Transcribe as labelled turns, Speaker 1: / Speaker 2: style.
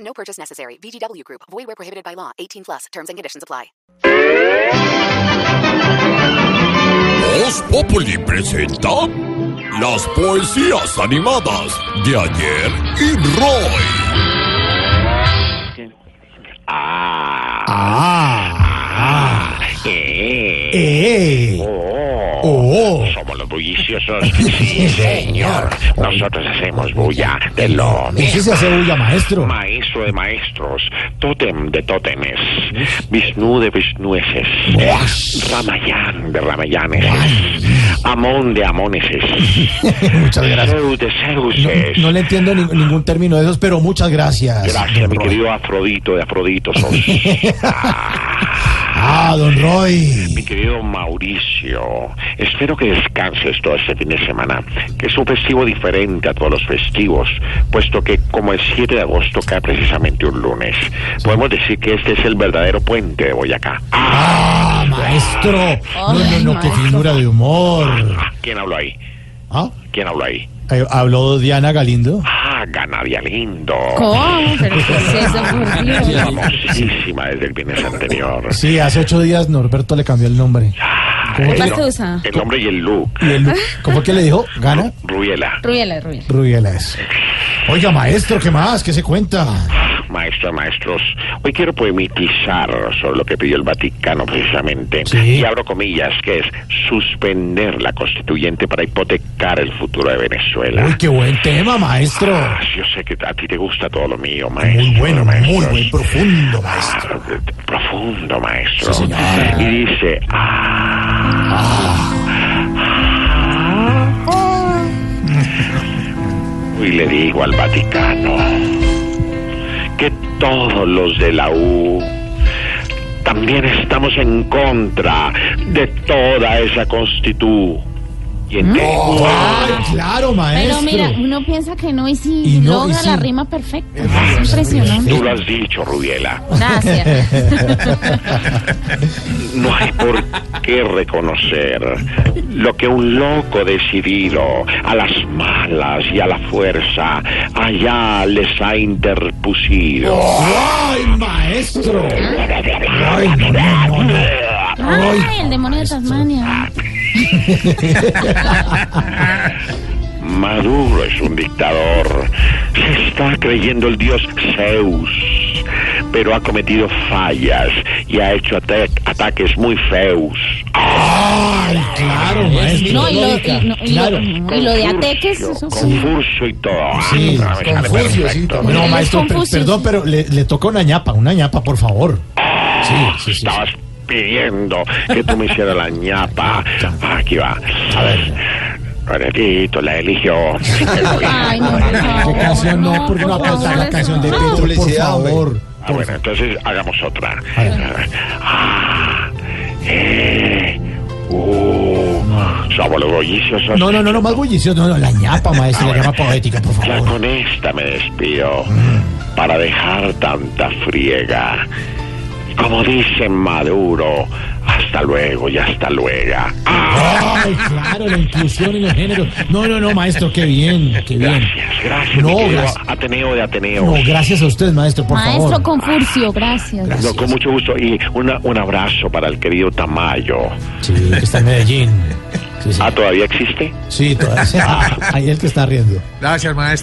Speaker 1: No purchase necessary. VGW Group. Void where prohibited by law. 18 plus. Terms and conditions apply.
Speaker 2: Voz Populi presenta las poesías animadas de ayer y Roy. Ah. Eh. Oh.
Speaker 3: Somos los bulliciosos. Sí, señor. Nosotros hacemos bulla de lo
Speaker 4: ¿Qué
Speaker 3: mismo.
Speaker 4: se hace bulla, maestro?
Speaker 3: Maestro de maestros, tótem de tótemes, Vishnu de Vishnueses, Ramayán de Ramayanes, Amón de Amoneses,
Speaker 4: Muchas gracias.
Speaker 3: Zeus de Zeuses.
Speaker 4: No le entiendo ni- ningún término de esos, pero muchas gracias.
Speaker 3: Gracias, mi querido Afrodito de Afrodito sos.
Speaker 4: Ah, don Roy.
Speaker 3: Mi querido Mauricio, espero que descanses todo este fin de semana, que es un festivo diferente a todos los festivos, puesto que como el 7 de agosto cae precisamente un lunes, podemos decir que este es el verdadero puente de Boyacá.
Speaker 4: Ah, maestro. No, no, no, qué finura de humor.
Speaker 3: Ah, ¿Quién habló ahí?
Speaker 4: Ah,
Speaker 3: ¿Quién habló ahí?
Speaker 4: eh, habló Diana Galindo.
Speaker 3: Ah, Ganadia Lindo.
Speaker 5: ¿Cómo? Pero ¿qué es eso, por Dios?
Speaker 3: Famosísima desde el viernes anterior.
Speaker 4: Sí, hace ocho días Norberto le cambió el nombre. ¿Cómo que-
Speaker 5: Patusa.
Speaker 3: El nombre y el look.
Speaker 4: y el- ¿Cómo que le dijo? Gana
Speaker 3: Rubiela,
Speaker 5: Rubiela, Rubiela.
Speaker 4: Rubiela es. Oiga, maestro, ¿qué más? ¿Qué se cuenta?
Speaker 3: maestra, maestros, hoy quiero poemitizar sobre lo que pidió el Vaticano precisamente.
Speaker 4: Sí.
Speaker 3: Y abro comillas, que es suspender la constituyente para hipotecar el futuro de Venezuela.
Speaker 4: Uy, qué buen tema, maestro.
Speaker 3: Ah, yo sé que a ti te gusta todo lo mío, maestro.
Speaker 4: Muy bueno, muy
Speaker 3: maestros.
Speaker 4: buen, profundo,
Speaker 3: Ah,
Speaker 4: maestro.
Speaker 3: profundo, maestro.
Speaker 4: Sí, señor.
Speaker 3: Y dice, ah,
Speaker 4: Ah.
Speaker 3: y le digo al Vaticano que todos los de la U también estamos en contra de toda esa constitu. Y ente-
Speaker 4: Ay, claro, maestro.
Speaker 5: Pero mira, uno piensa que no y sí
Speaker 4: Y no,
Speaker 5: logra
Speaker 4: y sí.
Speaker 5: la rima perfecta. Es impresionante.
Speaker 3: Tú lo has dicho, Rubiela.
Speaker 5: Gracias.
Speaker 3: No hay por qué reconocer lo que un loco decidido a las malas y a la fuerza allá les ha interpusido.
Speaker 4: ¡Ay, maestro! ¡Ay, no, no, no, no.
Speaker 5: Ay, Ah, el demonio de Tasmania.
Speaker 3: Maduro es un dictador. Se está creyendo el dios Zeus, pero ha cometido fallas y ha hecho ata- ataques muy feos.
Speaker 4: ¡Ay, claro, maestro!
Speaker 5: No, y lo, y, no, y lo- mm,
Speaker 4: claro.
Speaker 5: y lo de Ateques, eso sí.
Speaker 3: Confurso y todo.
Speaker 4: Sí,
Speaker 3: Ah, me sale
Speaker 4: Confucio, sí,
Speaker 3: perfecto.
Speaker 4: también. No,
Speaker 5: Él es
Speaker 4: maestro, per-
Speaker 5: Confucio.
Speaker 4: perdón, pero le, le toca una ñapa, una ñapa, por favor. Sí, sí, sí.
Speaker 3: Estabas pidiendo que tú me hicieras la ñapa. Ah, Aquí va. A ver. Lorenito la eligió. Ah,
Speaker 5: Ay, no, por favor.
Speaker 4: ¿Qué canción no? ¿Por qué no
Speaker 5: por
Speaker 4: aplaudan
Speaker 5: favor,
Speaker 4: la canción de
Speaker 5: eso
Speaker 4: Petro, por
Speaker 6: Publicidad, hombre.
Speaker 4: favor?
Speaker 3: Ah, bueno, entonces hagamos otra.
Speaker 4: A ver.
Speaker 3: Ah, eh, uh, somos los bulliciosos.
Speaker 4: No, no, no, no, más bullicio. No, no, la ñapa, maestro, la ñapa poética, por
Speaker 3: Ya
Speaker 4: favor.
Speaker 3: con esta me despido
Speaker 4: Mm.
Speaker 3: para dejar tanta friega. Como dice Maduro, hasta luego y hasta luego. Ah,
Speaker 4: ¡Ay, claro, la inclusión y los géneros! No, no, no, maestro, qué bien, qué bien.
Speaker 3: Gracias, gracias.
Speaker 4: No,
Speaker 3: mi querido
Speaker 4: gracias.
Speaker 3: Ateneo de Ateneo.
Speaker 4: No, gracias a usted, maestro, por
Speaker 5: Maestro
Speaker 4: favor.
Speaker 5: Confurcio, gracias.
Speaker 3: No, con mucho gusto. Y una- un abrazo para el querido Tamayo.
Speaker 4: Sí, que está en Medellín. Sí, sí.
Speaker 3: Ah, ¿todavía existe?
Speaker 4: Sí, todavía. Ah, Ahí el que está riendo.
Speaker 7: Gracias, maestro.